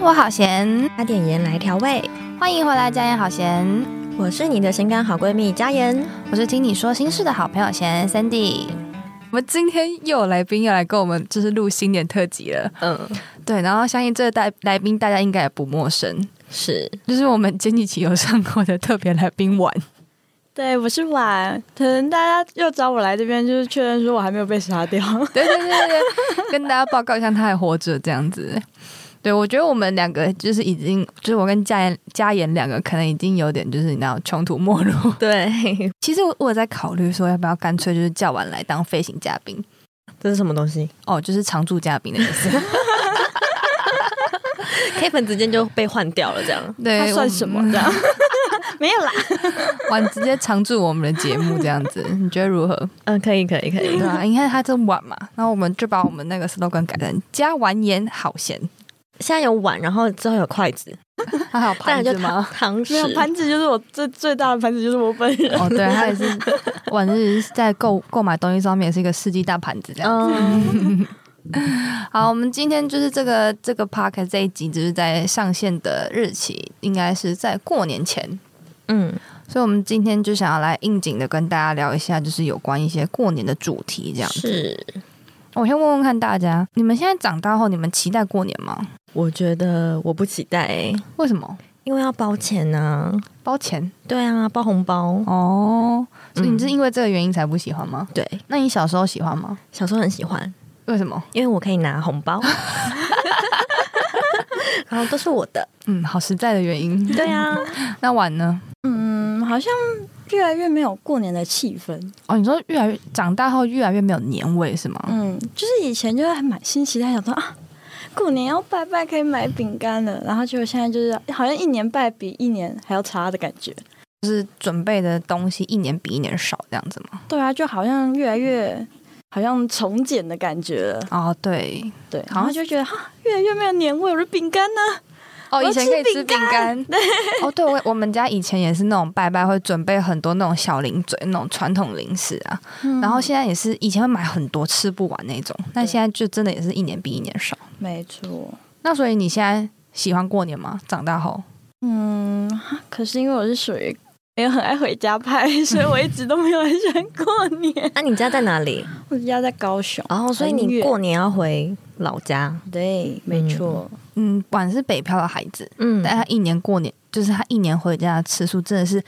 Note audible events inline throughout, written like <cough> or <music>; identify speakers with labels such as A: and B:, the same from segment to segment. A: 活好咸，
B: 加点盐来调味。
A: 欢迎回来，家宴好咸，
B: 我是你的心肝好闺蜜佳妍，
A: 我是听你说心事的好朋友咸 Sandy。
C: 我们今天又有来宾要来跟我们就是录新年特辑了，
B: 嗯，
C: 对，然后相信这个来来宾大家应该也不陌生，
B: 是，
C: 就是我们前几期有上过的特别来宾 <laughs> 婉，
D: 对，我是婉，可能大家又找我来这边，就是确认说我还没有被杀掉。
C: 对对对对对，跟大家报告一下他还活着这样子。对，我觉得我们两个就是已经，就是我跟嘉妍嘉妍两个可能已经有点就是你知道穷途末路。
B: 对，
C: <laughs>
B: <laughs>
C: 其实我我有在考虑说要不要干脆就是叫婉来当飞行嘉宾，
B: 这是什么东西？
C: 哦，就是常驻嘉宾的意思。 <laughs>
B: 黑粉直接就被换掉了，这样
C: 对，
D: <laughs> 他算
C: 我
D: 什么？这样 <laughs> 没有啦，
C: 婉直接常驻我们的节目这样子，你觉得如何？
B: 嗯，可以，可以，可以
C: 对，啊，你看他这么晚嘛，然后我们就把我们那个 slogan 改成“加完盐好咸
B: 现在有碗，然后之后有筷子，”，
C: 他还有
B: 再来
C: 盘
B: 就
C: 子
B: 汤
C: 吗？
B: 汤
D: 没有
B: 匙，
D: 盘子就是我最最大的盘子就是我本人。
C: 哦，对，他也是，婉是在购购买东西上面也是一个世纪大盘子这样。
B: 嗯，
C: 好，我们今天就是这个这个 park 这一集，就是在上线的日期应该是在过年前，
B: 嗯，
C: 所以我们今天就想要来应景的跟大家聊一下，就是有关一些过年的主题这样子。
B: 是，
C: 我先问问看大家，你们现在长大后，你们期待过年吗？
B: 我觉得我不期待、欸，
C: 为什么？
B: 因为要包钱呢、
C: 包钱
B: 对啊，包红包，
C: 哦，所以你
B: 嗯
C: 是因为这个原因才不喜欢吗？
B: 对，
C: 那你小时候喜欢吗？
B: 小时候很喜欢，
C: 为什么？
B: 因为我可以拿红
C: <laughs>
B: 包，然后都是我的，
C: 嗯，好实在的原因。
B: 对啊，
C: <laughs> 那晚呢？
D: 嗯，好像越来越没有过年的气氛。
C: 哦，你说越来越长大后越来越没有年味是吗？
D: 嗯，就是以前就是还蛮新奇，他想说啊，过年要拜拜可以买饼干了，然后结果现在就是好像一年拜比一年还要差的感觉。
C: 就是准备的东西一年比一年少这样子吗？
D: 对啊，就好像越来越好像从简的感觉了。
C: 哦，对，
D: 对，
C: 好
D: 然后就觉得哈、越来越没有年味，我的饼干呢？
C: 哦，
D: 我
C: 以
D: 要
C: 前
D: 吃
C: 可以吃
D: 饼
C: 饼干， <laughs> 对，哦，对，我我们家以前也是那种拜拜会准备很多那种小零嘴，那种传统零食啊，然后现在也是以前会买很多吃不完那种，但
D: 对
C: 现在就真的也是一年比一年少。
D: 没错，
C: 那所以你现在喜欢过年吗？长大后？
D: 嗯，哈可是因为我是属于也很爱回家拍，所以我一直都没有很喜欢过年。
B: 那、啊你家在哪里？
D: <laughs> 我家在高雄，
B: 哦，所以
D: 很
B: 你
D: 远
B: 过年要回老家，
D: 对，没错，
C: 嗯，婉是北漂的孩子，
B: 嗯
C: 但他一年过年，就是他一年回家的次数，真的是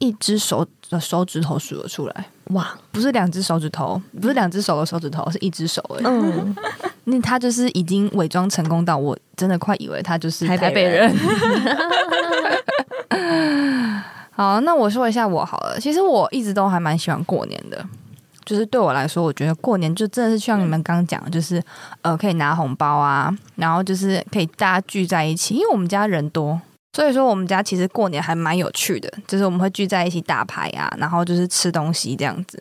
C: 一只手的手指头数得出来，
B: 哇，
C: 不是两只手指头，不是两只手的手指头，是一只手而已。
B: 嗯，
C: <laughs> 那、他就是已经伪装成功到我真的快以为他就是
B: 台
C: 台
B: 北
C: 北
B: 人
C: 人。好，那我说一下我好了。其实我一直都还蛮喜欢过年的，就是对我来说，我觉得过年就真的是像你们刚刚讲的，就是呃可以拿红包啊，然后就是可以大家聚在一起，因为我们家人多，所以说我们家其实过年还蛮有趣的，就是我们会聚在一起打牌啊，然后就是吃东西这样子。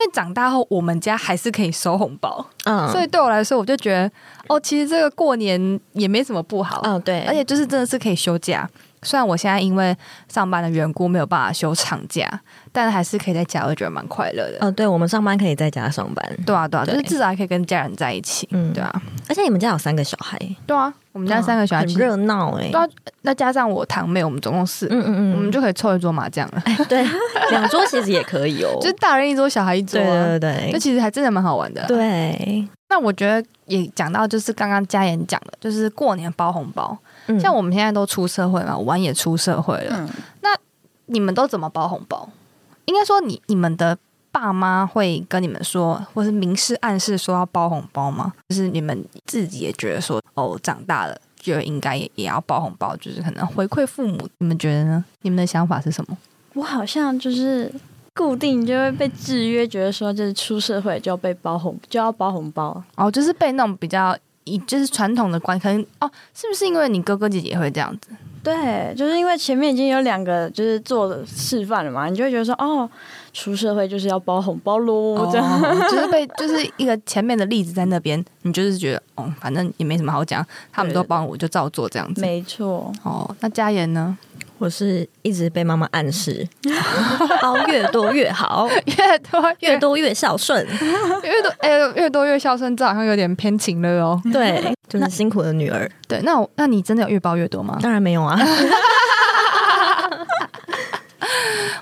C: 因为长大后，我们家还是可以收红包，
B: 嗯，
C: 所以对我来说，我就觉得哦，其实这个过年也没什么不好，
B: 嗯，对，
C: 而且就是真的是可以休假。虽然我现在因为上班的缘故没有办法休长假，但还是可以在家，我觉得蛮快乐的。
B: 呃，对我们上班可以在家上班，
C: 对啊，对啊，就
B: 对
C: 是至少还可以跟家人在一起。
B: 嗯
C: 对啊，
B: 而且你们家有三个小孩，
C: 对啊，我们家三个小孩
B: 很
C: 其实，
B: 热闹哎，
C: 对啊再加上我堂妹，我们总共四个，
B: 嗯哎嗯嗯，
C: 我们就可以凑一桌麻将了， <laughs>
B: 对两桌其实也可以哦，
C: 就是大人一桌，小孩一桌
B: 对对
C: 啊。
B: 对
C: 这其实还真的蛮好玩的。
B: 对，对，
C: 那我觉得也讲到，就是刚刚嘉言讲的，就是过年包红包。
B: 嗯
C: 像我们现在都出社会嘛，婉也出社会了，
D: 嗯，
C: 你们都怎么包红包？应该说你你们的爸妈会跟你们说，或是明示暗示说要包红包吗？就是你们自己也觉得说，哦，长大了就应该也也要包红包，就是可能回馈父母。你们觉得呢？你们的想法是什么？
D: 我好像就是固定就会被制约，觉得说就是出社会就要被包红，就要包红包。
C: 哦，就是被那种比较以就是传统的观，可能哦，是不是因为你哥哥姐姐也会这样子？
D: 对，就是因为前面已经有两个就是做示范了嘛，你就会觉得说哦，出社会就是要包红包喽，这样。
C: 哦， <laughs> 就是被就是一个前面的例子在那边，你就是觉得哦，反正也没什么好讲，他们都帮我，我就照做这样子。
D: 没错，
C: 哦，那嘉言呢？
B: 我是一直被妈妈暗示， <laughs> 包越多越好，
C: 越多
B: 越
C: <laughs>
B: 多越孝顺。
C: 越多哎、越多越孝顺，这好像有点偏情了哦。
B: <laughs> 对，就是辛苦的女儿。
C: 对，那我那你真的有越包越多吗？
B: 当然没有啊，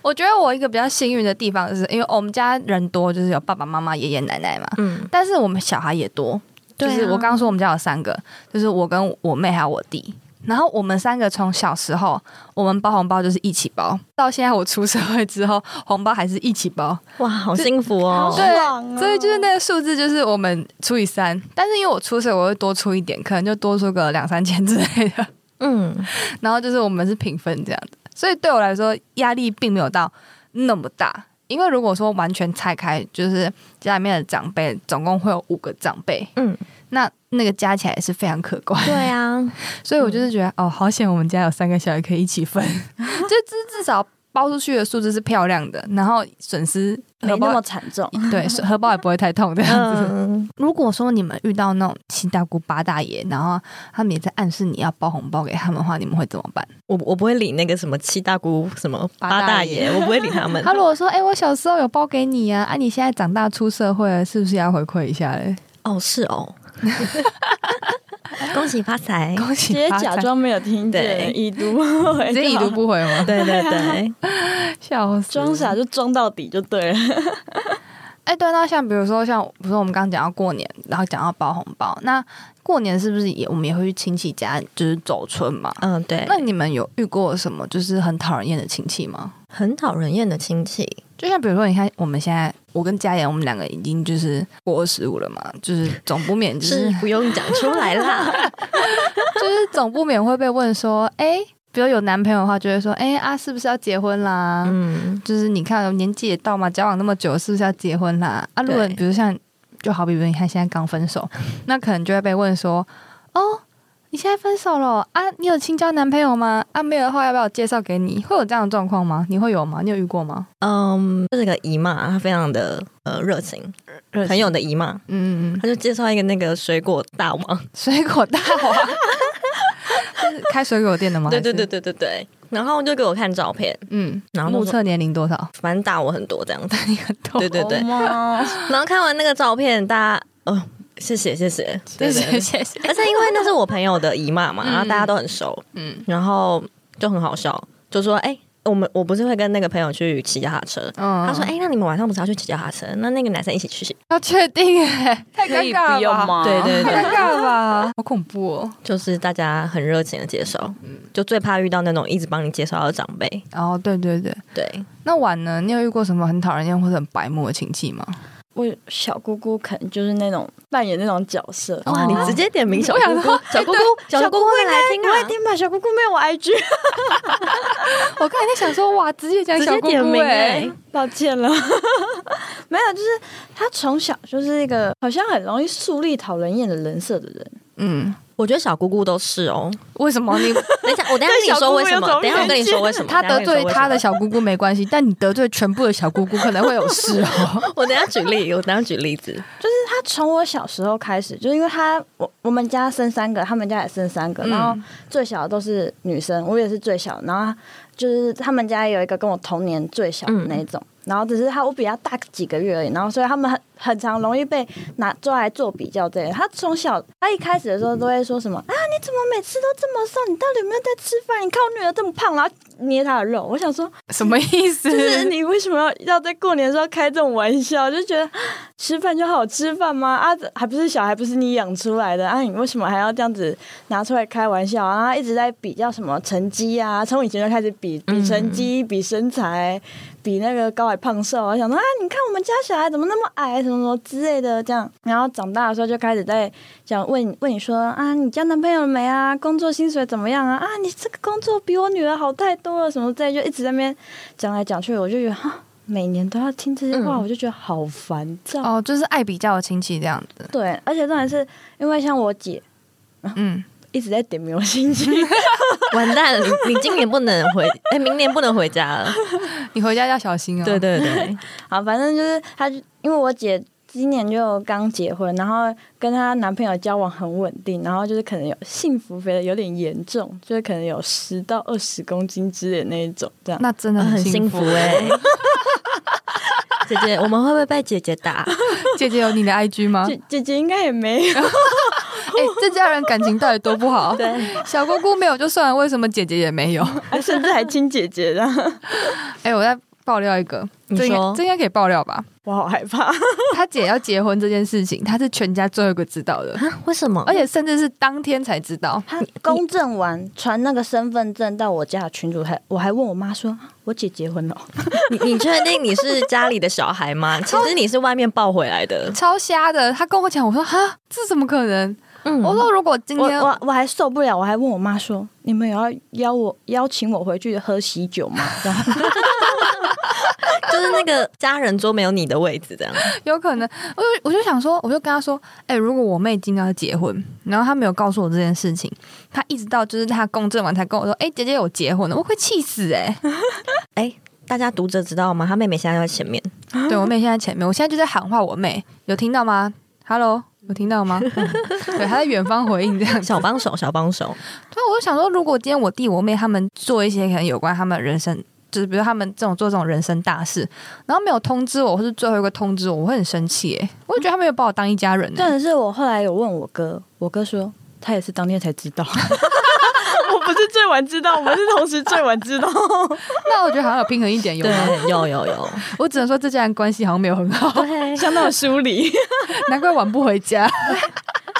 C: 我觉得我一个比较幸运的地方，就是因为我们家人多，就是有爸爸妈妈、爷爷奶奶嘛，
B: 嗯，
C: 但是我们小孩也多，就
B: 对啊
C: 是我刚刚说我们家有三个，就是我跟我妹还有我弟。然后我们三个从小时候，我们包红包就是一起包，到现在我出社会之后， <laughs> 红包还是一起包。
B: <laughs> 哇，好幸福哦
D: 好。
C: 对
D: 爽哦
C: 所以就是那个数字，就是我们除以三。但是因为我出社会，我会多出一点，可能就多出个两三千之类的。
B: 嗯，
C: 然后就是我们是平分这样子，所以对我来说压力并没有到那么大。因为如果说完全拆开，就是家里面的长辈总共会有五个长辈，
B: 嗯，
C: 那那个加起来也是非常可观，
B: 对啊，
C: 所以我就是觉得、哦，好险我们家有三个小孩可以一起分，就至至少包出去的数字是漂亮的，然后损失
D: 没
C: 荷
D: 那么
C: 包
D: 惨重。
C: 对荷包也不会太痛这样子。
B: <laughs> 嗯，
C: 如果说你们遇到那种七大姑八大爷，然后他们也在暗示你要包红包给他们的话，你们会怎么办？
B: 我我不会理那个什么七大姑什么
C: 八
B: 八
C: 大
B: 大
C: 爷
B: 爷，我不会理他们。
C: 他如果说：“哎、我小时候有包给你啊，啊，你现在长大出社会了，是不是要回馈一下嘞
B: 哦，是 <laughs> 哦，恭喜发财？”！
C: 恭
D: 直
C: 喜
D: 接
C: 发财哎 <laughs>
D: 假，装没有听见
B: 对，
D: 已读不
C: 直
D: 回就好，
C: 接已读不回
B: <laughs>
C: 吗？
B: 对对对，
C: 笑死！
D: 装傻就装到底就对了。
C: 哎、对，那像比如说像，比如说我们刚刚讲到过年，然后讲到包红包，那过年是不是也我们也会去亲戚家，就是走春嘛？
B: 嗯对，
C: 那你们有遇过什么就是很讨人厌的亲戚吗？
B: 很讨人厌的亲戚，
C: 就像比如说，你看我们现在，我跟嘉言，我们两个已经就是过二十五了嘛，就是总不免就是
B: 是不用讲出来啦。
C: 就是总不免会被问说，哎、比如有男朋友的话，就会说，哎、啊，是不是要结婚啦？
B: <laughs> 嗯，
C: 就是你看年纪也到嘛，交往那么久，是不是要结婚啦？啊，如果
B: 对
C: 比如像，就好比比如你看现在刚分
B: <laughs>
C: 手，那可能就会被问说，哦，你现在分手了啊？你有新交男朋友吗？啊，没有的话，要不要我介绍给你？会有这样的状况吗？你会有吗？你有遇过吗？
B: 嗯，这个姨妈她非常的呃热情，朋友的姨妈，
C: 嗯，嗯嗯，
B: 她就介绍一个那个水果大王，
C: 水果大
B: <laughs>
C: 王。就是开水果店的吗？
B: 对对
C: 还
B: 对
C: 是，
B: 对对对，然后就给我看照片，
C: 嗯，
B: 然后就
C: 目
B: 说
C: 测年龄多少？
B: 反正大我很多这样子， <laughs>
C: 你很多
B: 对 <laughs> 对对
D: 好，吗
B: 然后看完那个照片，大家哦，谢谢谢谢
C: 谢
B: 对 <laughs> 对
C: 谢
B: 对
C: 谢谢。
B: 而且因为那是我朋友的姨妈嘛，
C: 嗯
B: 然后大家都很熟，
C: 嗯
B: 然后就很好笑，就说：“哎、我们我不是会跟那个朋友去骑脚踏车？”
C: 嗯
B: 他说：“哎、那你们晚上不是要去骑脚踏车？那那个男生一起去，
C: 要确定哎， <laughs> 太
D: 可以不用？吗？
B: 对对
C: 太
B: 对
C: 尴尬
B: <laughs>
C: 了吧，好恐怖哦！
B: 就是大家很热情的介绍，
C: 嗯
B: 就最怕遇到那种一直帮你介绍的长辈。
C: 哦，对对对，
B: 对，
C: 那婉呢？你有遇过什么很讨人厌或者很白目的亲戚吗？
D: 我小姑姑可能就是那种扮演那种角色。
C: 哦
B: 哇，你直接点名小姑
C: 我想
B: 姑
C: 说，
B: 小姑姑，小姑姑会来听
D: 不会
B: 啊。
D: 听吧？小姑姑没有我 IG，
C: <laughs> 我刚才在想说，哇，直接讲
B: 直
C: 小
B: 接
C: 姑
B: 点
C: 姑
B: 名
C: 哎、
B: 哎，
D: 抱歉了。 <laughs> 没有，就是她从小就是一个好像很容易树立讨人厌的人设的人。
C: 嗯，
B: 我觉得小姑姑都是哦。
C: 为什么
B: <laughs>
C: 你
B: 等一下，我等一下
D: 对
B: 跟你
D: 小
B: 说
D: 姑
B: 为
D: 姑
B: 什
D: 有
B: 么
D: 种，
B: 等一下我跟你
D: 偏
B: 说为什么。
C: 他
B: 等一下
C: 得
B: 跟你
C: 罪
B: 说为
C: 他
B: 什么
C: 的小姑姑没关系，但你得罪全部的小姑姑可能会有事
B: <laughs>
C: 哦。
B: 我等一下举例，我等一下举例子。 <laughs>
D: 就是她从我小时候开始，就是因为她我我们家生三个，他们家也生三个，然后
C: 嗯
D: 最小的都是女生，我也是最小，然后就是他们家有一个跟我同年最小的那一种，然后只是他我比他大几个月而已，然后所以他们很很常容易被拿抓来做比较这类的。他从小他一开始的时候都会说什么啊，你怎么每次都这么瘦？你到底有没有在吃饭？你看我女儿这么胖，然后捏她的肉，我想说，
C: 什么意思？
D: 就是你为什么要要在过年的时候开这种玩笑？就觉得啊吃饭就好好吃饭吗？啊，还不是小孩，不是你养出来的啊？你为什么还要这样子拿出来开玩笑啊？然后一直在比较什么成绩啊？从以前就开始比比成绩、比身材、比那个高矮胖瘦啊，想说啊，你看我们家小孩怎么那么矮，什么什么之类的这样。然后长大的时候就开始在想问问你说啊，你交男朋友了没啊？工作薪水怎么样啊？啊，你这个工作比我女儿好太多了，什么之类，就一直在那边讲来讲去，我就觉得哈，每年都要听这些话，
B: 嗯
D: 我就觉得好烦躁。
C: 哦哦，就是爱比较的亲戚这样子。
D: 对，而且重点是因为像我姐，
C: 嗯，
D: 一直在点名我心情。
B: 完蛋了，你你今年不能回，哎、明年不能回家了。
C: 你回家要小心哦。
B: 对对对，
D: 好，反正就是她，因为我姐今年就刚结婚，然后跟她男朋友交往很稳定，然后就是可能有幸福肥的有点严重，就是可能有十到二十公斤之类的那一种，这样。
C: 那真的
B: 很
C: 幸
B: 幸福哎、 <laughs> 姐姐，我们会不会被姐姐打？
C: <laughs> 姐姐有你的 IG 吗？哎、
D: 姐姐姐应该也没有，
C: <laughs> 这家人感情到底多不
B: <laughs> <laughs>
C: 好？
B: 对，
C: 小姑姑没有就算了，为什么姐姐
B: <laughs>
C: 也没有？
D: <laughs> 甚至还亲姐姐这样，
C: 哎、我再爆料一个，
B: 你
C: 这应该
B: 说
C: 这应该可以爆料
B: <laughs>
C: 吧？
D: <laughs> 我好害怕。
C: 她姐要结婚这件事情，她是全家最后一个知
B: <laughs>
C: 道的，
B: 啊为什么？
C: 而且甚至是当天才知道。
D: 他公证完传那个身份证到我家的群主，还我还问我妈说，啊我姐结婚了。
B: 你你确定你是家里的小孩 <laughs> 吗？其实你是外面抱回来 <laughs> 的。
C: 超瞎的，她跟我讲，我说哈，这怎么可能？
B: 嗯
C: 我说如果今
D: 我
C: 天
D: 我我还受不了，我还问我妈说：“你们有要邀我邀请我回去喝喜酒吗？”然 <laughs> 后
B: 就是那个家人桌没有你的位置，这样。
C: 有可能，我就我就想说，我就跟他说，哎、如果我妹今天要结婚，然后她没有告诉我这件事情，她一直到就是她公证完才跟我说，哎、姐姐有结婚了，我会气死哎、
B: 哎、大家读者知道吗？他妹妹现在在前面，
C: 对
D: 啊
C: 我妹现在前面，我现在就在喊话我妹，有听到吗？Hello，有听到
D: <laughs>
C: 吗？嗯对，她在远方回应这样子。
B: 小帮手，小帮手。
C: 对，我就想说，如果今天我弟我妹他们做一些可能有关他们人生。就是比如他们这种做这种人生大事，然后没有通知我，或是最后一个通知我，我会很生气哎、
D: 嗯
C: 我会觉得他们有把我当一家人、
D: 重
C: 欸，
D: 点是我后来有问我哥，我哥说他也是当天才知道， <laughs> 我不是最晚知道，我们是同时最晚知道。
C: <laughs>
D: <laughs>
C: 那我觉得好像有平衡一点，有吗？
B: 对，有有有。
C: 我只能说这家人关系好像没
D: <laughs>
C: 有很好，
B: 对，
D: 相当疏离。
C: 难怪晚不回家。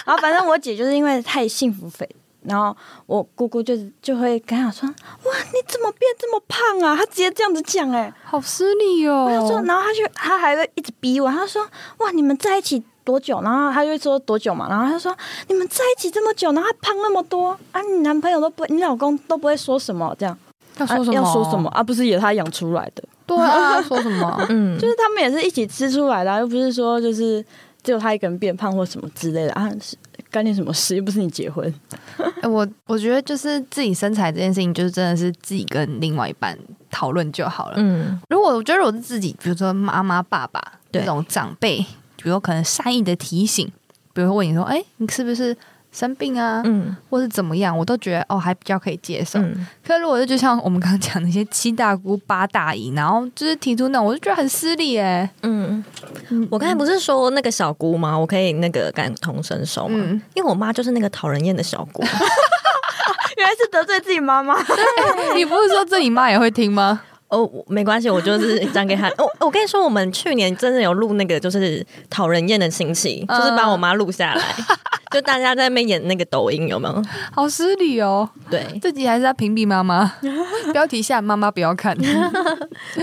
D: 然后反正我姐就是因为太幸福肥，然后我姑姑就就会跟她说：“哇，你怎么变这么胖啊？”她直接这样子讲、哎。
C: 好失礼
D: 他说，
C: 哦。
D: 然后他就他还会一直逼我，他说：“哇，你们在一起多久？”然后他就会说多久嘛，然后他说：“你们在一起这么久，然后他胖那么多啊，你男朋友都不，你老公都不会说什么这样，
C: 要说什么？哦
D: 啊、要说什么？啊？不是也他养出来的，
C: 对啊，说什么？
B: 嗯，
D: 就是他们也是一起吃出来的、啊，又不是说就是只有他一个人变胖或什么之类的啊，是干你什么事？又不是你结婚，
C: 哎我我觉得就是自己身材这件事情，就是真的是自己跟另外一半讨论就好了。
B: 嗯，
C: 如果我觉得我是自己，比如说妈妈、爸爸
B: 对
C: 这种长辈，比如说可能善意的提醒，比如说问你说：“哎、你是不是生病啊？
B: 嗯
C: 或是怎么样？”我都觉得哦，还比较可以接受。
B: 嗯，
C: 可是如果是就像我们刚刚讲的那些七大姑八大姨，然后就是提出那种，我就觉得很失礼哎、 <laughs>
B: 嗯，我刚才不是说那个小姑吗？我可以那个感同身受吗？
C: 嗯
B: 因为我妈就是那个讨人厌的小姑，
D: <laughs> 原来是得罪自己妈 <laughs> 妈。
C: 你不是说这你妈也会听吗？
B: <laughs> 哦，我没关系，我就是讲给她。哦， <laughs> 我跟你说，我们去年真的有录那个就是讨人厌的亲戚，
C: 嗯
B: 就是把我妈录 <laughs> 下来，就大家在那边演那个抖音，有没有？
C: 好失礼哦，
B: 对，
C: 这集还是要屏蔽妈妈， <laughs> 标题下妈妈不要看。
B: 对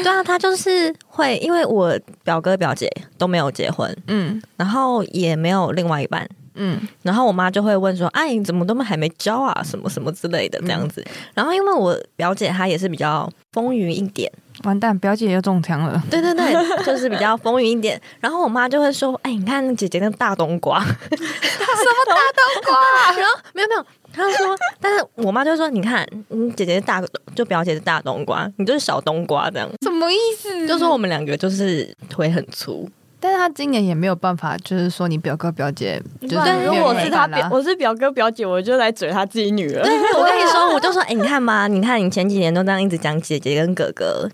B: 啊，她就是会，因为我表哥表姐都没有结婚，
C: 嗯
B: 然后也没有另外一半，
C: 嗯，
B: 然后我妈就会问说：“哎，你怎么都还没交啊？什么什么之类的这样子。然后因为我表姐她也是比较风云一点，
C: 完蛋，表姐又中枪了。
B: 对对对， <laughs> 就是比较风云一点。然后我妈就会说：“哎，你看姐姐那大冬瓜， <laughs> 什么大冬瓜？” <laughs> 然后没有没有，她说，但是我妈就说：“你看，你姐姐是大就表姐是大冬瓜，你就是小冬瓜这样。”
C: 什么意思？
B: 就说我们两个就是腿很 <laughs> 粗，
C: 但是她今年也没有办法，就是说你表哥表姐，就是
D: 不然如
C: 没有
D: 果我是
C: 人
D: 他
C: 管啦
D: 表，我是表哥表姐，我就来嘴他自己女儿。
B: 我跟你说，我就说， <laughs> 哎、你看嘛，你看你前几年都这样一直讲姐姐跟哥哥，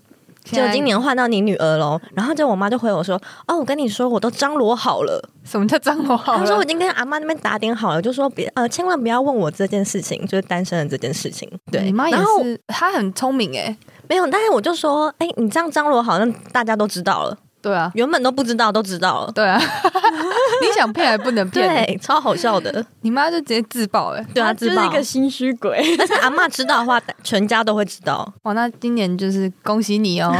C: 现
B: 就
C: 在
B: 今年换到你女儿喽。然后就我妈就回我说，哦，我跟你说，我都张罗好了。
C: 什么叫张罗好啊
B: 她说我已
C: 了？
B: 经跟阿妈那边打点好了，就说别呃，千万不要问我这件事情，就是单身的这件事情。对，
C: 你妈也
B: 然后
C: 是，她很聪明哎。
B: 没有，但是我就说，哎、你这样张罗好，那大家都知道了，
C: 对啊，
B: 原本都不知道，都知道了。
C: 对啊， <laughs> 你想骗还不能骗，
B: 对，超好笑的。
C: 你妈就直接自爆哎。
B: 对啊，
D: 就
B: 自
D: 是一
B: 爆。 <laughs>
D: 个心虚鬼。
B: 但是阿妈知道的话，全家都会知道。
C: 哇，哦那今年就是恭喜你哦！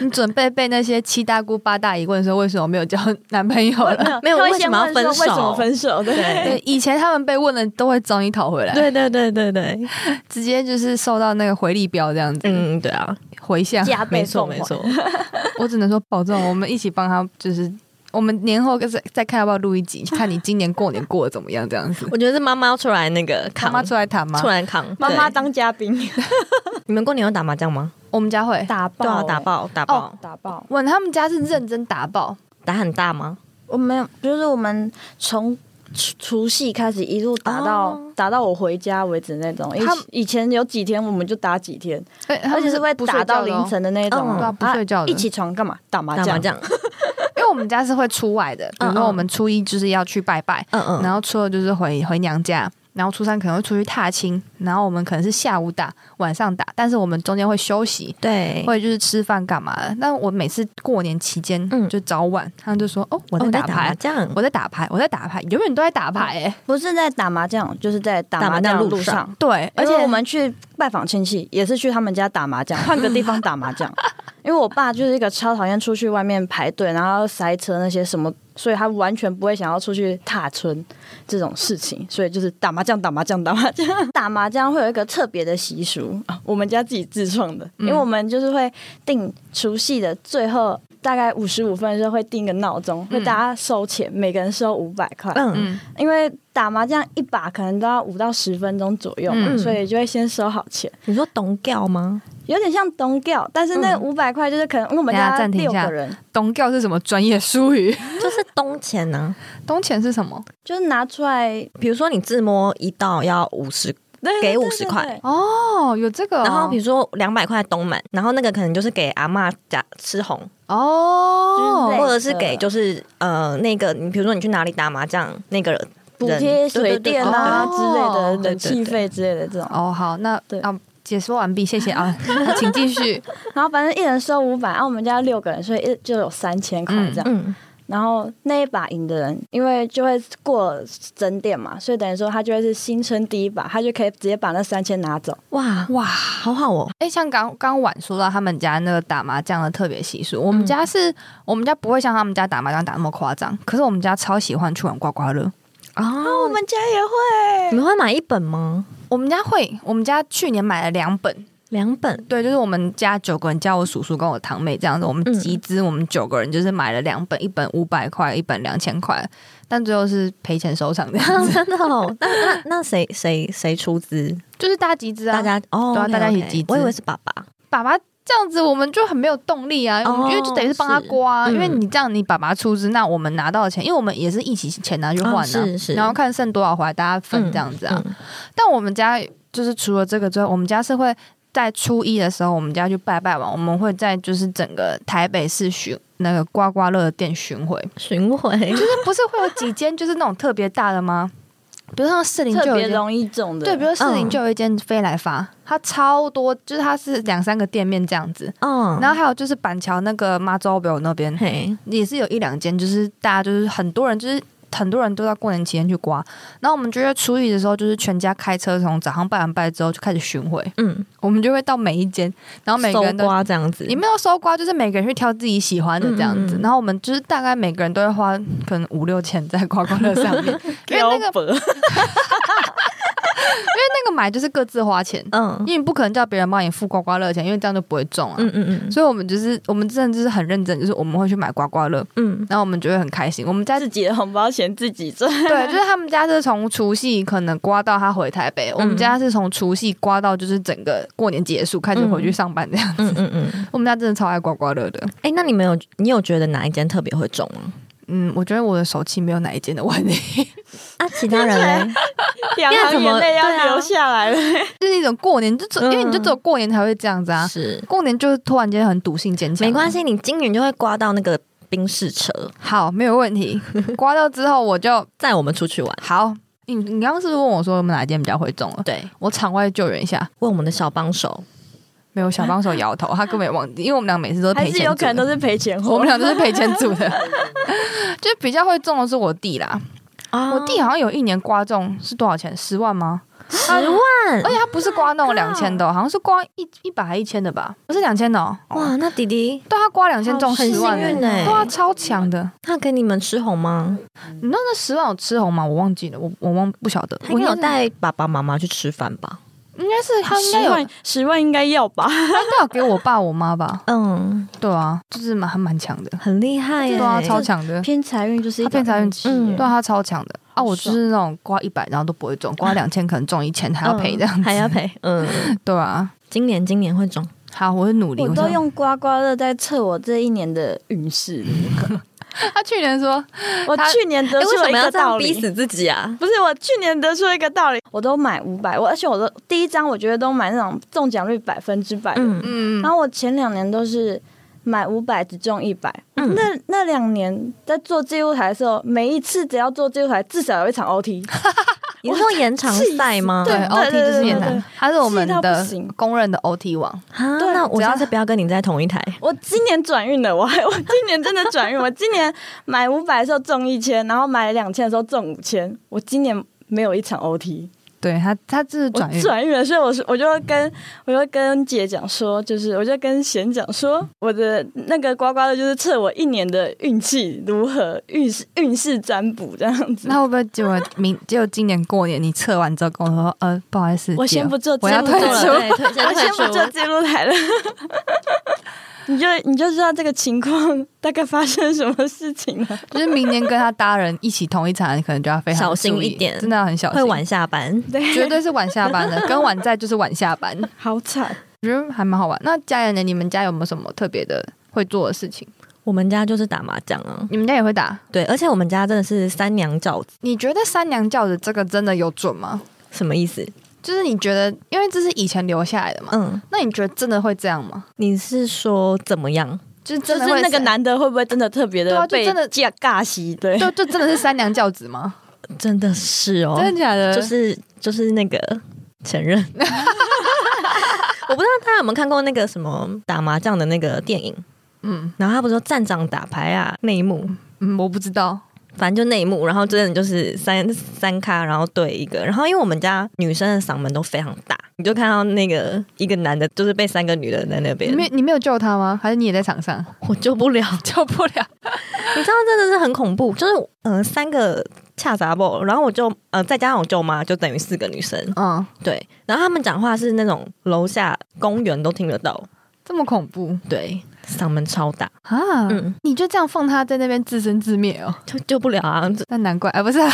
C: 你准备被那些七大姑八大姨问说为什么没有交男朋友了？
B: 没有
D: 他会
B: 为什
D: 先
B: 么要
D: 问说
B: 分手
D: 为什么分手？对
B: 对
C: 对，以前他们被问了都会找你讨回来，，
B: 对对对对，
C: 直接就是收到那个回力镖这样子、
B: 嗯，对啊，
C: 回向。 <laughs>
D: 加倍
B: 没错
D: 奉还
B: 没错。
C: 我只能说保重，我们一起帮他就是我们年后再再看要不要录一集，看你今年过年过得怎么样，这样子。
B: 我觉得是妈妈要出来那个
C: 妈
B: 扛，
C: 妈出来谈吗
B: 出？来扛。
D: <laughs> 妈妈
B: 对，
D: 当嘉宾，
B: 你们过年有打麻将吗？
C: 我们家会
D: <laughs> 打爆、欸
B: 对
D: 哦
B: 啊，打
D: 爆，
B: 爆打爆，
D: 打爆。
C: 问他们家是认真打爆，
B: 打很大吗？
D: 我们就是我们从除除夕开始一路打到、
B: 哦
D: 打到我回家为止那种。
C: 他们
D: 以以前有几天我们就打几天，
C: 哎他
D: 而
C: 们
D: 且是会
C: 不
D: 打
C: 睡
D: 到
C: 觉的哦
D: 凌，晨的那种哦。
B: 嗯
C: 对啊不睡觉的
D: 一起床干嘛？打麻
B: 打麻
D: 将。
B: 将，
C: 因为我们家是会出外的，比
B: 嗯
C: 如
B: 嗯
C: 说我们初一就是要去拜拜，
B: 嗯嗯，
C: 然后初二就是回回娘家，然后初三可能会出去踏青，然后我们可能是下午打，晚上打，但是我们中间会休息，
B: 对，
C: 或者就是吃饭干嘛的。那我每次过年期间，
B: 嗯
C: 就早晚他们就说：“哦，我
B: 哦
C: 在
B: 你
C: 打
B: 麻
C: 牌，
B: 将，
C: 我在打牌，我在打牌，永远都在打牌。”哎，
D: 不是在打麻将，就是在打
B: 打麻
D: 麻
B: 将
D: 将的
B: 路
D: 路
B: 上
D: 上。
C: 对，而
D: 而
C: 且
D: 且我们去拜访亲戚，也是去他们家打麻将，换个地方打麻将。
C: <laughs>
D: 因为我爸就是一个超讨厌出去外面排队，然后塞车那些什么，所以他完全不会想要出去踏春这种事情，所以就是打麻将、打麻将、打麻将、 <laughs> 打麻将会有一个特别的习俗啊，我们家自己自创的，
C: 嗯
D: 因为我们就是会定除夕的最后大概五十五分的时候会定一个闹钟，会大家收钱，每个人收五百
C: <laughs>
D: 块，
B: 嗯，
C: 嗯，
D: 因为打麻将一把可能都要五到十分钟左右嘛，
C: 嗯
D: 所以就会先收好钱，
B: 你说懂掉吗？
D: 有点像东吊，但是那
B: 嗯
D: 五百块就是可能因为我们
C: 等一下
D: 家
C: 暂停一
D: 六
C: 下
D: 个人，
C: 东教是什么专业术语？
D: 啊
B: 就是东钱呢，
C: 东钱是什么？
D: 就是拿出来
B: 比如说你自摸一道要五十，
D: 对
B: 给
D: 对对
B: 50
D: 对
B: 块
D: 对
C: 哦，有这个哦、
B: 然后比如说两百块东满，然后那个可能就是给阿嬷家吃红，
C: 哦
D: 哎对，
B: 或者是
D: 的
B: 给就是呃那个你比如说你去哪里打麻将那个人
D: 补贴水电啊
C: 对
D: 之
C: 对对
D: 类的
C: 哦
D: 冷气费之类的这种，
C: 哦，好，那
D: 对
C: 啊，解说完毕，谢谢啊， <laughs> 请继续。
D: 然后哦反正一人收五百，啊然后我们家六个人，所以一就有三千块这样。
B: 嗯，
D: 然后那一把赢的人，因为就会过整点嘛，所以等于说他就会是新春第一把，他就可以直接把那三千拿走。
B: 哇，
C: 哇，
B: 好好哦，
C: 哎、像刚刚晚说到他们家那个打麻将的特别习俗，我们家是、我们家不会像他们家打麻将打那么夸张，可是我们家超喜欢去玩刮刮乐。
B: 哦，
D: 啊们家也会
B: 你们会买一本吗？
C: 我们家会，我们家去年买了两本，
B: 两本，
C: 对，就是我们家九个人，加我叔叔跟我堂妹这样子，我们
B: 嗯
C: 集资，我们九个人就是买了两本，一本五百块，一本两千块，但最后是赔钱收场的，
B: <laughs> 真的哦，那那那谁谁谁出资？
C: <laughs> 就是大集资
B: 大
C: 啊，
B: 家哦，
C: 对啊
B: OK，
C: 大家一起
B: OK
C: 集资
B: 我以为是爸爸，
C: 爸爸这样子，我们就很没有动力啊，
B: 哦
C: 我们因为就等于是帮他刮、啊，
B: 是嗯
C: 因为你这样你爸爸出资，那我们拿到的钱，因为我们也是一起钱拿去换
B: 哦
C: 啊，
B: 是是
C: 然后看剩多少回来大家分这样子啊。
B: 嗯
C: 但我们家就是除了这个之外，我们家是会在初一的时候，我们家去拜拜完，我们会在就是整个台北市巡那个刮刮乐店巡回，
B: 嗯巡回
C: 就是 <laughs> 不是会有几间就是那种特别大的吗？比如像士林就
D: 特
C: 有一
D: 别
C: 间
D: 容易中的，
C: 对，比如士林
B: 嗯
C: 就有一间飞来发，它超多，就是它是两三个店面这样子，
B: 嗯，
C: 然后还有就是板桥那个妈祖庙那边
B: 嘿，
C: 也是有一两间，就是大家就是很多人就是。很多人都在过年期间去刮，然后我们就会初一的时候，就是全家开车从早上拜完拜之后就开始巡回，
B: 嗯，
C: 我们就会到每一间，然后每个
B: 搜
C: 人都
B: 刮这样子，
C: 也没有搜刮，就是每个人去挑自己喜欢的这样
B: 嗯
C: 子。
B: 嗯嗯
C: 然后我们就是大概每个人都会花可能五六千在刮刮乐
B: <laughs>
C: 上面，因为那个
D: 标本
C: 那个买就是各自花钱，
B: 嗯
C: 因为你不可能叫别人帮你付刮刮乐钱，因为这样就不会中啊。
B: 嗯嗯
C: 所以我们就是我们真的就是很认真，就是我们会去买刮刮乐，
B: 嗯
C: 然后我们就会很开心。我们家
D: 自己的红包钱自己赚。
C: <laughs> 对，就是他们家是从除夕可能刮到他回台北，我们家是从除夕刮到就是整个过年结束开始回去上班这样。 <laughs>
B: 嗯嗯嗯嗯，
C: 我们家真的超爱刮刮乐的。
B: 哎，那你们有你有觉得哪一间特别会中吗？
C: 嗯，我觉得我的手气没有哪一间的问题， <laughs>
B: 啊，其他人嘞？
D: 两
B: 那怎
D: 行
B: 么
D: 眼泪
B: 对啊
D: 要流下来了。
C: 就是一种过年就只因为你就只有过年才会这样子啊，
B: 是，
C: 过年就是突然间很笃信坚强。啊
B: 没关，系，你今年就会刮到那个冰室车，
C: 好，没有问 <laughs> 题。刮到之后我就
B: 载我们出去玩。
C: 好。你你刚刚是不是问我说我们哪一间比较会中了？
B: 对，
C: 我场外救援一下，
B: 问我们的小帮手，
C: 没有小帮手摇头，他根本也忘记，因为我们俩每次都是赔
D: 还
C: 钱
D: 是
C: 组的，
D: 有可能都是赔钱
C: <laughs> 我
D: 货
C: 们。俩都是赔钱组的，
B: <laughs>
C: 就比较会中的是我弟啦。
B: 啊
C: 我弟好像有一年刮中是多少钱？十万吗？
B: 十万
C: 而，且他不是刮那种两千的哦，好像是刮一一百还一千的吧？不是两千的哦。
B: 哇，那弟弟
C: 对他刮两千中
B: 很
C: 十万
B: 幸
C: 欸，
B: 运欸
C: 对啊，超强的。
B: 他给你们吃红吗？
C: 你知道那十万有吃红吗？我忘记了，我我忘不晓得。
B: 他
C: 我
B: 应该有
C: 带，
B: 带爸爸妈妈去吃饭吧？
C: 应该是他应该
D: 十
C: 有
D: 万十万应该要吧？
C: 他应该有给我爸我妈吧？
B: 嗯，
C: 对啊，就是蛮还
B: <laughs>
C: 蛮强的，
B: 很厉害耶，
C: 对啊，超强的，
D: 偏财运就是一
C: 他
D: 种
C: 偏财运
D: 运气
B: 嗯
D: 耶
C: 对啊，他超强的啊！我就是那种刮一百然后都不会中，刮两 <laughs> 千可能中一千还要赔这样
B: 嗯
C: 子，
B: 还要赔，嗯，
C: <laughs> 对啊。今
B: 今年今年会中，
C: 好，我会努力。
D: 我都
C: 想
D: 用刮刮乐在测我这一年的运势。
C: 他去年说
D: 我
C: 他
D: 去年得
B: 哎，
D: 出
B: 为
D: 了
B: 什
D: 一
B: 么要
D: 个
B: 这
D: 道
B: 样
D: 理
B: 逼，死自己啊？
D: 不是我去年得出了一个道理，我都买五百，我而且我都第一张我觉得都买那种中奖率百分之百的，
B: 嗯，
C: 嗯
D: 然，后我前两年都是买五百只中一百、
B: 嗯
D: 那那两年在做记录台的时候，每一次只要做记录台，至少有一场 OT，
B: 你是说延长赛吗？
C: 对哦
D: 对
C: ，OT
D: 对
C: 就是越
D: 对对
C: 南
D: 对，
C: 他是我们
D: 气到不
C: 的
D: 行
C: 公认的 OT 王。
B: 啊，
D: 对
B: 那我
C: 只要
B: 下次不要跟你在同一台，
D: 我今年转运了，我还 <laughs> 我今年真的转运，我今年买五百的时候中一千，然后买了两千的时候中五千，我今年没有一场 OT，
C: 对他，他就是
D: 我
C: 转运，
D: 转运了，所以我是我就跟我就跟姐讲说，就是我就跟贤讲说，我的那个刮刮乐就是测我一年的运气如何，运势运势占卜这样子。
C: 那会不会结果明结果今年过年你测完之后跟我说，呃，不好意思，
D: 我先
C: 姐
D: 不做
C: 我
D: 记
C: 要 <laughs>
D: 录
C: 退
D: 做了
C: 出，
B: 对，推荐
D: 我先不做
B: 退出。
D: 记录台了， <laughs> 你就你就知道这个情况大概发生什么事情了。
C: 就是明年跟他搭人一起同一场，可能就要非常
B: 小心
C: 注意
B: 一点
C: 真的要很小心，
B: 会晚下班，
C: <laughs> 绝对是晚下班的，跟晚在就是晚下班，我
D: 好惨，
C: 觉得还蛮好玩。那家人呢？你们家有没有什么特别的会做的事情？
B: 我们家就是打麻将啊。
C: 你们家也会打？
B: 对，而且我们家真的是三娘教子，
C: 你觉得三娘教的这个真的有准吗？
B: 什么意思？
C: 就是你觉得，因为这是以前留下来的嘛，
B: 嗯，
C: 那你觉得真的会这样吗？
B: 你是说怎么样？
C: 就是
D: 就
C: 真
D: 是
C: 的会
D: 那个男的会不会真的特别
C: 对啊
D: 的
C: 就
D: 被
C: 真的
D: 架尬戏？对，
C: 就就真的是三娘教子吗？
B: 真的是哦，
C: 真的假的？
B: 就是就是那个承 <laughs> 认。我不知道大家有没有看过那个什么打麻将的那个电影，
C: 嗯
B: 然后他不是说站长打牌啊那一幕，
C: 嗯，我不知道。
B: 反正就那一幕，然后真的就是三三咖，然后对一个，然后因为我们家女生的嗓门都非常大，你就看到那个一个男的，就是被三个女的在那边
C: 你，没你没有救他吗？还是你也在场上
B: 我救不了，
C: <laughs> 救不了？
B: 你知道真的是很恐怖，就是嗯、呃三个恰杂不，然后我就呃再加上我舅妈，就等于四个女生，
C: 嗯，
B: 对，然后他们讲话是那种楼下公园都听得到，
C: 这么恐怖
B: 对，嗓门超大，
C: 啊！
B: 嗯，
C: 你就这样放他在那边自生自灭哦？
B: 就救不了啊，
C: 那难怪啊，不是、啊，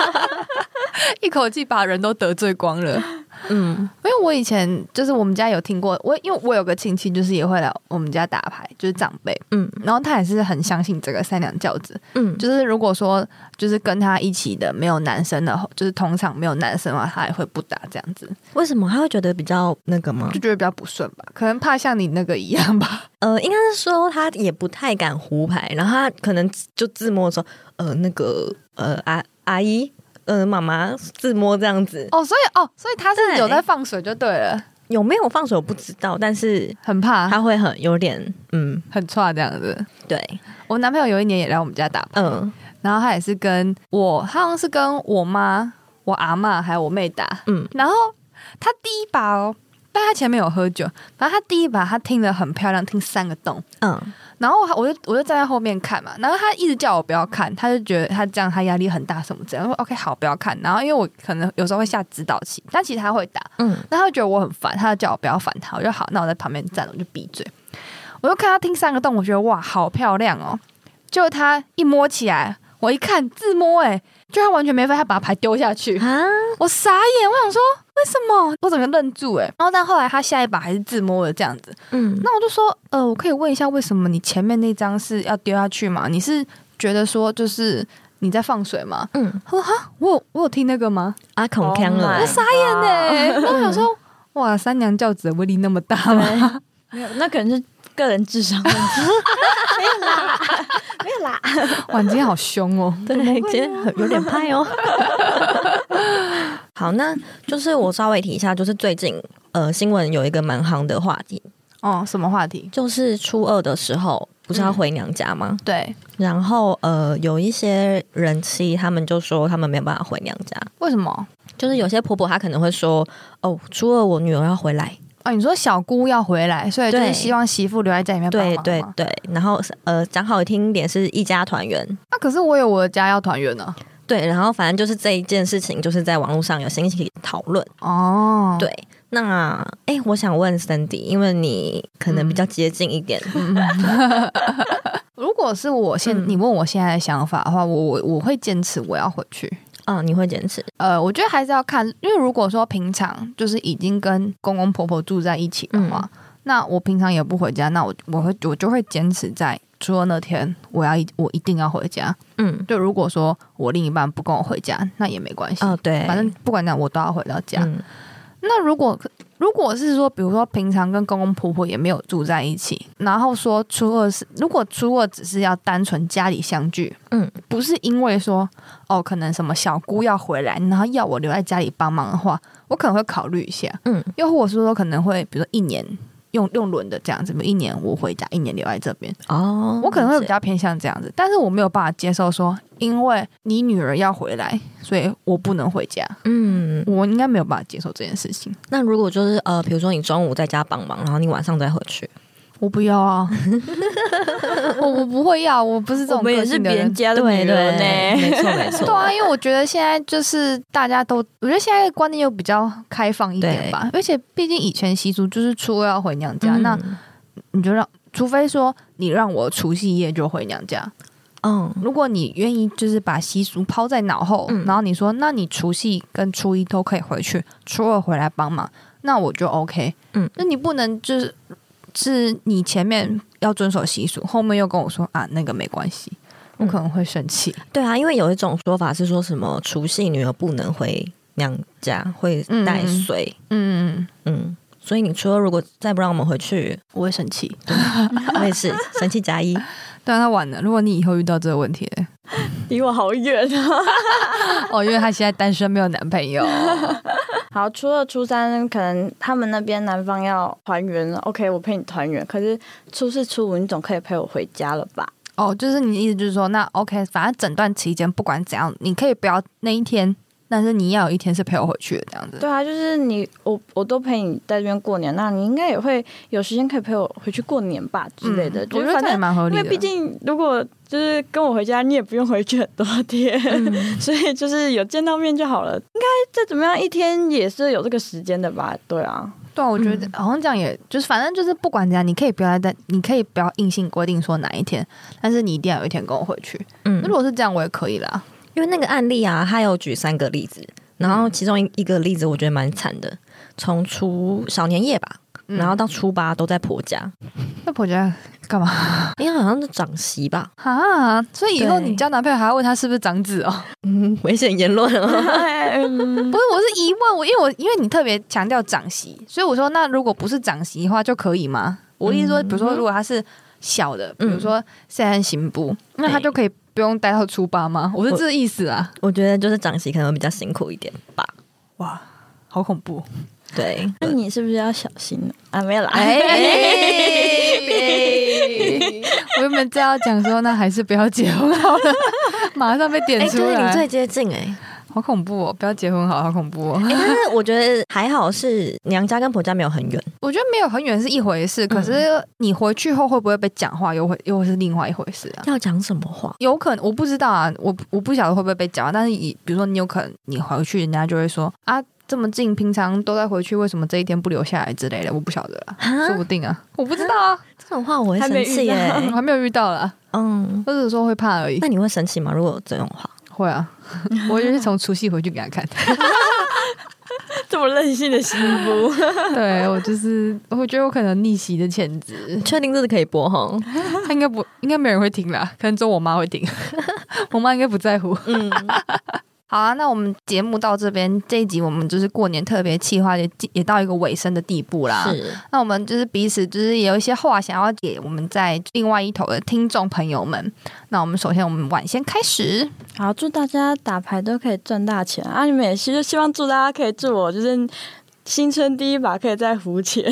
C: <laughs> 一口气把人都得罪光了。
B: 嗯
C: 因为我以前就是我们家有听过，我因为我有个亲戚就是也会来我们家打牌，就是长辈，
B: 嗯
C: 然后他也是很相信这个三娘教子，
B: 嗯，
C: 就是如果说就是跟他一起的没有男生的，就是同场没有男生的话，他也会不打这样子，
B: 为什么他会觉得比较那个吗
C: 就？觉得比较不顺吧，可能怕像你那个一
B: <laughs>
C: 样吧。
B: 呃，应该是说他也不太敢胡牌，然后他可能就自摸说，呃，那个呃阿阿姨，呃妈妈自摸这样子，
C: 哦，所以哦，所以他是
B: 对
C: 有在放水就对了，
B: 有没有放手不知道，但是
C: 很怕
B: 他会很有点嗯，
C: 很啊差这样子。
B: 对，
C: 我男朋友有一年也来我们家打牌，
B: 嗯
C: 然后他也是跟我，他好像是跟我妈、我阿嬷还有我妹打，
B: 嗯
C: 然后他第一把哦，但他前面有喝酒，反正他第一把他听得很漂亮，听三个洞，
B: 嗯
C: 然后我就我就站在后面看嘛，然后他一直叫我不要看，他就觉得他这样他压力很大什么这样，我说 OK 好不要看，然后因为我可能有时候会下指导棋，但其实他会打，
B: 嗯，
C: 那他就觉得我很烦，他就叫我不要烦他，我就好，那我在旁边站，我就闭嘴。我就看他听三个洞，我觉得哇好漂亮哦，就他一摸起来，我一看自摸、欸，就他完全没发现他把牌丢下去，
B: 啊，
C: 我傻眼，我想说为什么？我整个愣住哎、欸然后但后来他下一把还是自摸的这样子，
B: 嗯，
C: 那我就说，呃，我可以问一下，为什么你前面那张是要丢下去吗？你是觉得说就是你在放水吗？
B: 嗯，
C: 他说哈，我有我有听那个吗？
B: 阿孔
D: Oh
B: 康了
D: my，
C: 我傻眼呢、
D: 哇
C: 然后我想说，哇，三娘教子的威力那么大 <laughs> 吗？
D: 没有，那可能是个人智商问题。 <laughs>
C: 哇，你今天好凶哦！
B: <laughs> 对，今天很有点派哦。 <laughs> 好，那就是我稍微提一下，就是最近呃新闻有一个蛮夯的话题，
C: 哦，什么话题？
B: 就是初二的时候不是要回娘家吗？
C: 对，
B: 然后呃有一些人妻他们就说他们没有办法回娘家，
C: 为什么？
B: 就是有些婆婆她可能会说哦初二我女儿要回 <laughs> 来，
C: 哦，你说小姑要回来，所以就是
B: 对
C: 希望媳妇留在家里面帮忙
B: 对
C: 吗
B: 对对，然后呃讲好听一点是一家团圆，
C: 啊那、可是我有我的家要团圆呢、
B: 对，然后反正就是这一件事情，就是在网络上有兴起讨论。
C: 哦，
B: 对，那哎、诶我想问 Sandy，因为你可
C: 嗯
B: 能比较接近一点，
C: 如果是我现、
B: 嗯
C: 你问我现在的想法的话，我我我会坚持我要回去。
B: 嗯、你会坚持，
C: 呃，我觉得还是要看，因为如果说平常就是已经跟公公婆婆住在一起的话，
B: 嗯
C: 那我平常也不回家，那我我会我就会坚持在除了那天我要一我一定要回家。
B: 嗯，
C: 就如果说我另一半不跟我回家，那也没关系，
B: 哦，对，
C: 反正不管怎样我都要回到家。
B: 嗯
C: 那如果如果是说，比如说平常跟公公婆婆也没有住在一起，然后说初二是如果初二只是要单纯家里相聚，
B: 嗯，
C: 不是因为说哦可能什么小姑要回来，然后要我留在家里帮忙的话，我可能会考虑一下，
B: 嗯，
C: 又或者是说可能会比如说一年用用轮的这样子，一年我回家，一年留在这边，
B: 哦，
C: 我可能会比
B: 了解
C: 较偏向这样子，但是我没有办法接受说因为你女儿要回来，所以我不能回家，
B: 嗯，
C: 我应该没有办法接受这件事情。
B: 那如果就是呃，比如说你中午在家帮忙，然后你晚上再回去，
C: 我不要
D: <laughs>
C: 啊，我我不会要，我不是这
D: 我
C: 种
D: 们也
C: 个
D: 是
C: 性
D: 别
C: 的
D: 人
C: 人。
D: 家的女人欸呢、 <laughs>
B: 没错
C: <laughs>
B: 没错，
C: 对啊，因为我觉得现在就是大家都，我觉得现在的观念又比较开放一点吧，而且毕竟以前习俗就是初二要回娘
B: 嗯
C: 家，
D: 嗯
C: 那你就让，除非说你让我除夕夜就回娘家，
B: 嗯
C: 如果你愿意就是把习俗抛在脑后，
B: 嗯
C: 然后你说那你除夕跟初一都可以回去，初二回来帮忙，那我就 OK。
B: 嗯，
C: 那你不能就是是你前面要遵守习俗，后面又跟我说啊那个没关系，我
B: 嗯
C: 可能会生气。
B: 对啊，因为有一种说法是说什么除夕女儿不能回娘家，会带水，
C: 嗯，嗯
B: 嗯所以你初二如果再不让我们回
C: <laughs>
B: 去，
C: 我会生气。
B: 我也是神气加一。
C: 但他啊晚了，如果你以后遇到这个问题， <laughs>
D: 离我好远啊！
C: 哦，因为他现在单身没有男朋友， <laughs>
D: 好，初二、初三可能他们那边南方要团圆了，OK，我陪你团圆。可是初四、初五，你总可以陪我回家了吧？
C: 哦，就是你的意思就是说，那 OK，反正整段期间不管怎样，你可以不要那一天，但是你要有一天是陪我回去的这样子。
D: 对啊，就是你，我我都陪你在这边过年，那你应该也会有时间可以陪我回去过年吧之类的。
C: 嗯
D: 就
C: 我
D: 是
C: 觉得
D: 反
C: 这也
D: 正
C: 蛮合理
D: 因
C: 的。
D: 为毕竟如果就是跟我回家，你也不用回去很多天， <laughs> 所以就是有见到面就好了。应该再怎么样一天也是有这个时间的吧？对啊， <laughs>
C: 对啊，我觉得好像这样也，就是反正就是不管怎样，你可以不要在，你可以不要硬性规定说哪一天，但是你一定要有一天跟我回去。
B: 嗯
C: 如，果是这样，我也可以啦。
B: 因为那个案例啊，他有举三个例子，然后其中一一个例子我觉得蛮惨的，从初小年夜吧，
C: 嗯
B: 然后到初八都在婆家，
C: 那婆家干嘛
B: 因为好像是长媳吧，
C: 啊？所以以后
B: 对
C: 你交男朋友还要问他是不是长子哦？
D: <laughs>
B: 嗯，危险言论 <laughs>
D: 哎
B: 哦。
D: 嗯
C: 不是，我是疑问，我因为我因为你特别强调长媳，所以我说那如果不是长媳的话就可以吗？我意思
D: 嗯
C: 说，比如说如果他是小的，比如说现在行不，那他
B: 对
C: 就可以不用待到初八吗？我是
B: 我
C: 这个意思啊。
B: 我觉得就是长媳可能会比较辛苦一点吧，
C: 哇，好恐怖！
B: 对，
D: 那你是不是要小心呢啊？没有啦，
C: 哎，
D: <laughs>
C: 我原本正要讲说，那还是不要结婚好 <laughs> 了，马上被点
B: 哎，
C: 出
B: 对你
C: 来，
B: 最接近哎、
C: 好恐怖哦！不要结婚好，好恐怖哦！
B: 欸但是我觉得还好是娘家跟婆家没有很远，
C: 我觉得没有很远是一回事，可是你回去后会不会被讲话，又会又是另外一回事啊。
B: 要讲什么话？
C: 有可能我不知道啊，我我不晓得会不会被讲话，但是你比如说你有可能你回去，人家就会说啊。这么近，平常都在回去，为什么这一天不留下来之类的？我不晓得啊，
B: 哈
C: 说不定啊，我不知道啊，
B: 这种话我会生气耶、
D: 还
C: 我还没有遇到啦、
B: 嗯，
C: 或者说会怕而已
B: 那。你会生气吗？如果有这种话，
C: 会啊， <laughs> 我就是从除夕回去给他 <laughs> 看。
D: 这么任性的媳妇， <laughs>
C: 对我就是，我觉得我可能逆袭的潜质，
B: 确定这是可以播哈？
C: 他应该不，应该没有人会听啦，可能只有我妈会 <laughs> 听，我妈应该不在乎。 <laughs>
B: 嗯，
C: 好啊，那我们节目到这边，这一集我们就是过年特别企划也也到一个尾声的地步啦。
B: 是，
C: 那我们就是彼此就是也有一些话想要给我们在另外一头的听众朋友们。那我们首先我们晚先开始，
D: 好，祝大家打牌都可以赚大钱啊！你们也是，就希望祝大家可以祝我就是新春第一把可以在胡钱，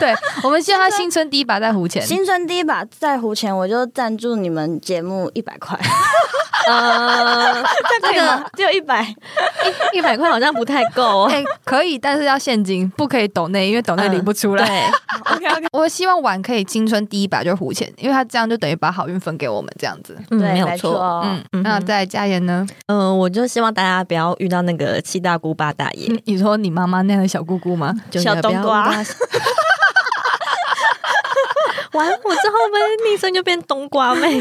C: 对我们希望他新春第一把在胡 <laughs> 前。
D: 新春第一把在胡钱，我就赞助你们节目一百块，
B: <laughs> 呃，
D: 再
B: <laughs>
D: 这个只有一百，
B: 一百块好像不太够哦。
C: <laughs> 哎、可以，但是要现金，不可以抖内，因为抖内领不出来。
B: <laughs> 对，
D: OK <laughs> OK，
C: 我希望碗可以青春第一把就是胡钱，因为他这样就等于把好运分给我们这样子。
B: 嗯，没有
D: 没
B: 错。
D: 错，
C: 嗯，
B: 嗯哼
C: 那在家妍呢？
B: 嗯、我就希望大家不要遇到那个七大姑八大爷，
C: 你说你妈妈那样的小姑姑吗？
B: 就
D: 小
B: 也不要
D: 冬瓜
B: 遇到。 <laughs> 完，我之后会不会昵称就变冬瓜妹？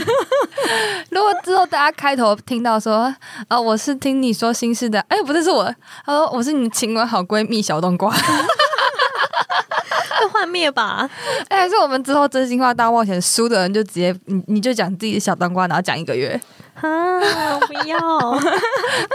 C: <laughs> 如果之后大家开头听到说，呃，我是听你说心事的，哎、不是是我，她说我是你情感好闺蜜小冬瓜， <laughs>
B: 会幻灭吧？
C: 哎、还是我们之后真心话大冒险输的人就直接你你就讲自己的小冬瓜，然后讲一个月
B: <laughs> 啊，我不要。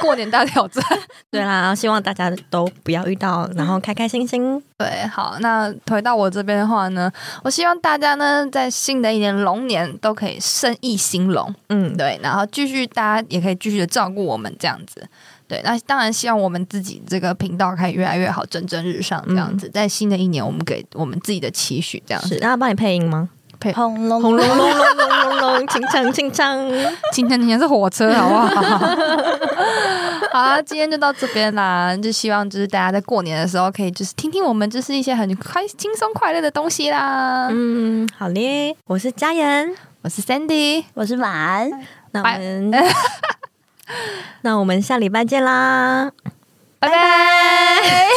C: 过年大挑战。
B: 对啦，希望大家都不要遇到，然后开开心心。
C: 对，好，那回到我这边的话呢，我希望大家呢在新的一年龙年都可以生意兴隆，
B: 嗯，
C: 对，然后继续大家也可以继续的照顾我们这样子。对，那当然希望我们自己这个频道可以越来越好，蒸蒸日上这样子。在新的一年，我们给我们自己的期许这样
B: 嗯是，
C: 子。
B: 那帮你配音吗？
D: 轰隆
B: 轰隆隆隆隆隆隆，清唱清唱。
C: <laughs> 今天今天是火车，好不好？ <laughs> 好啦，今天就到这边啦。就希望就是大家在过年的时候可以就是听听我们就是一些很开轻松快乐的东西啦。
B: 嗯，好嘞，我是佳妍，
C: 我是 Sandy，
D: <laughs> 我是满，
B: 那我们那我们下礼拜见啦。
C: 拜拜。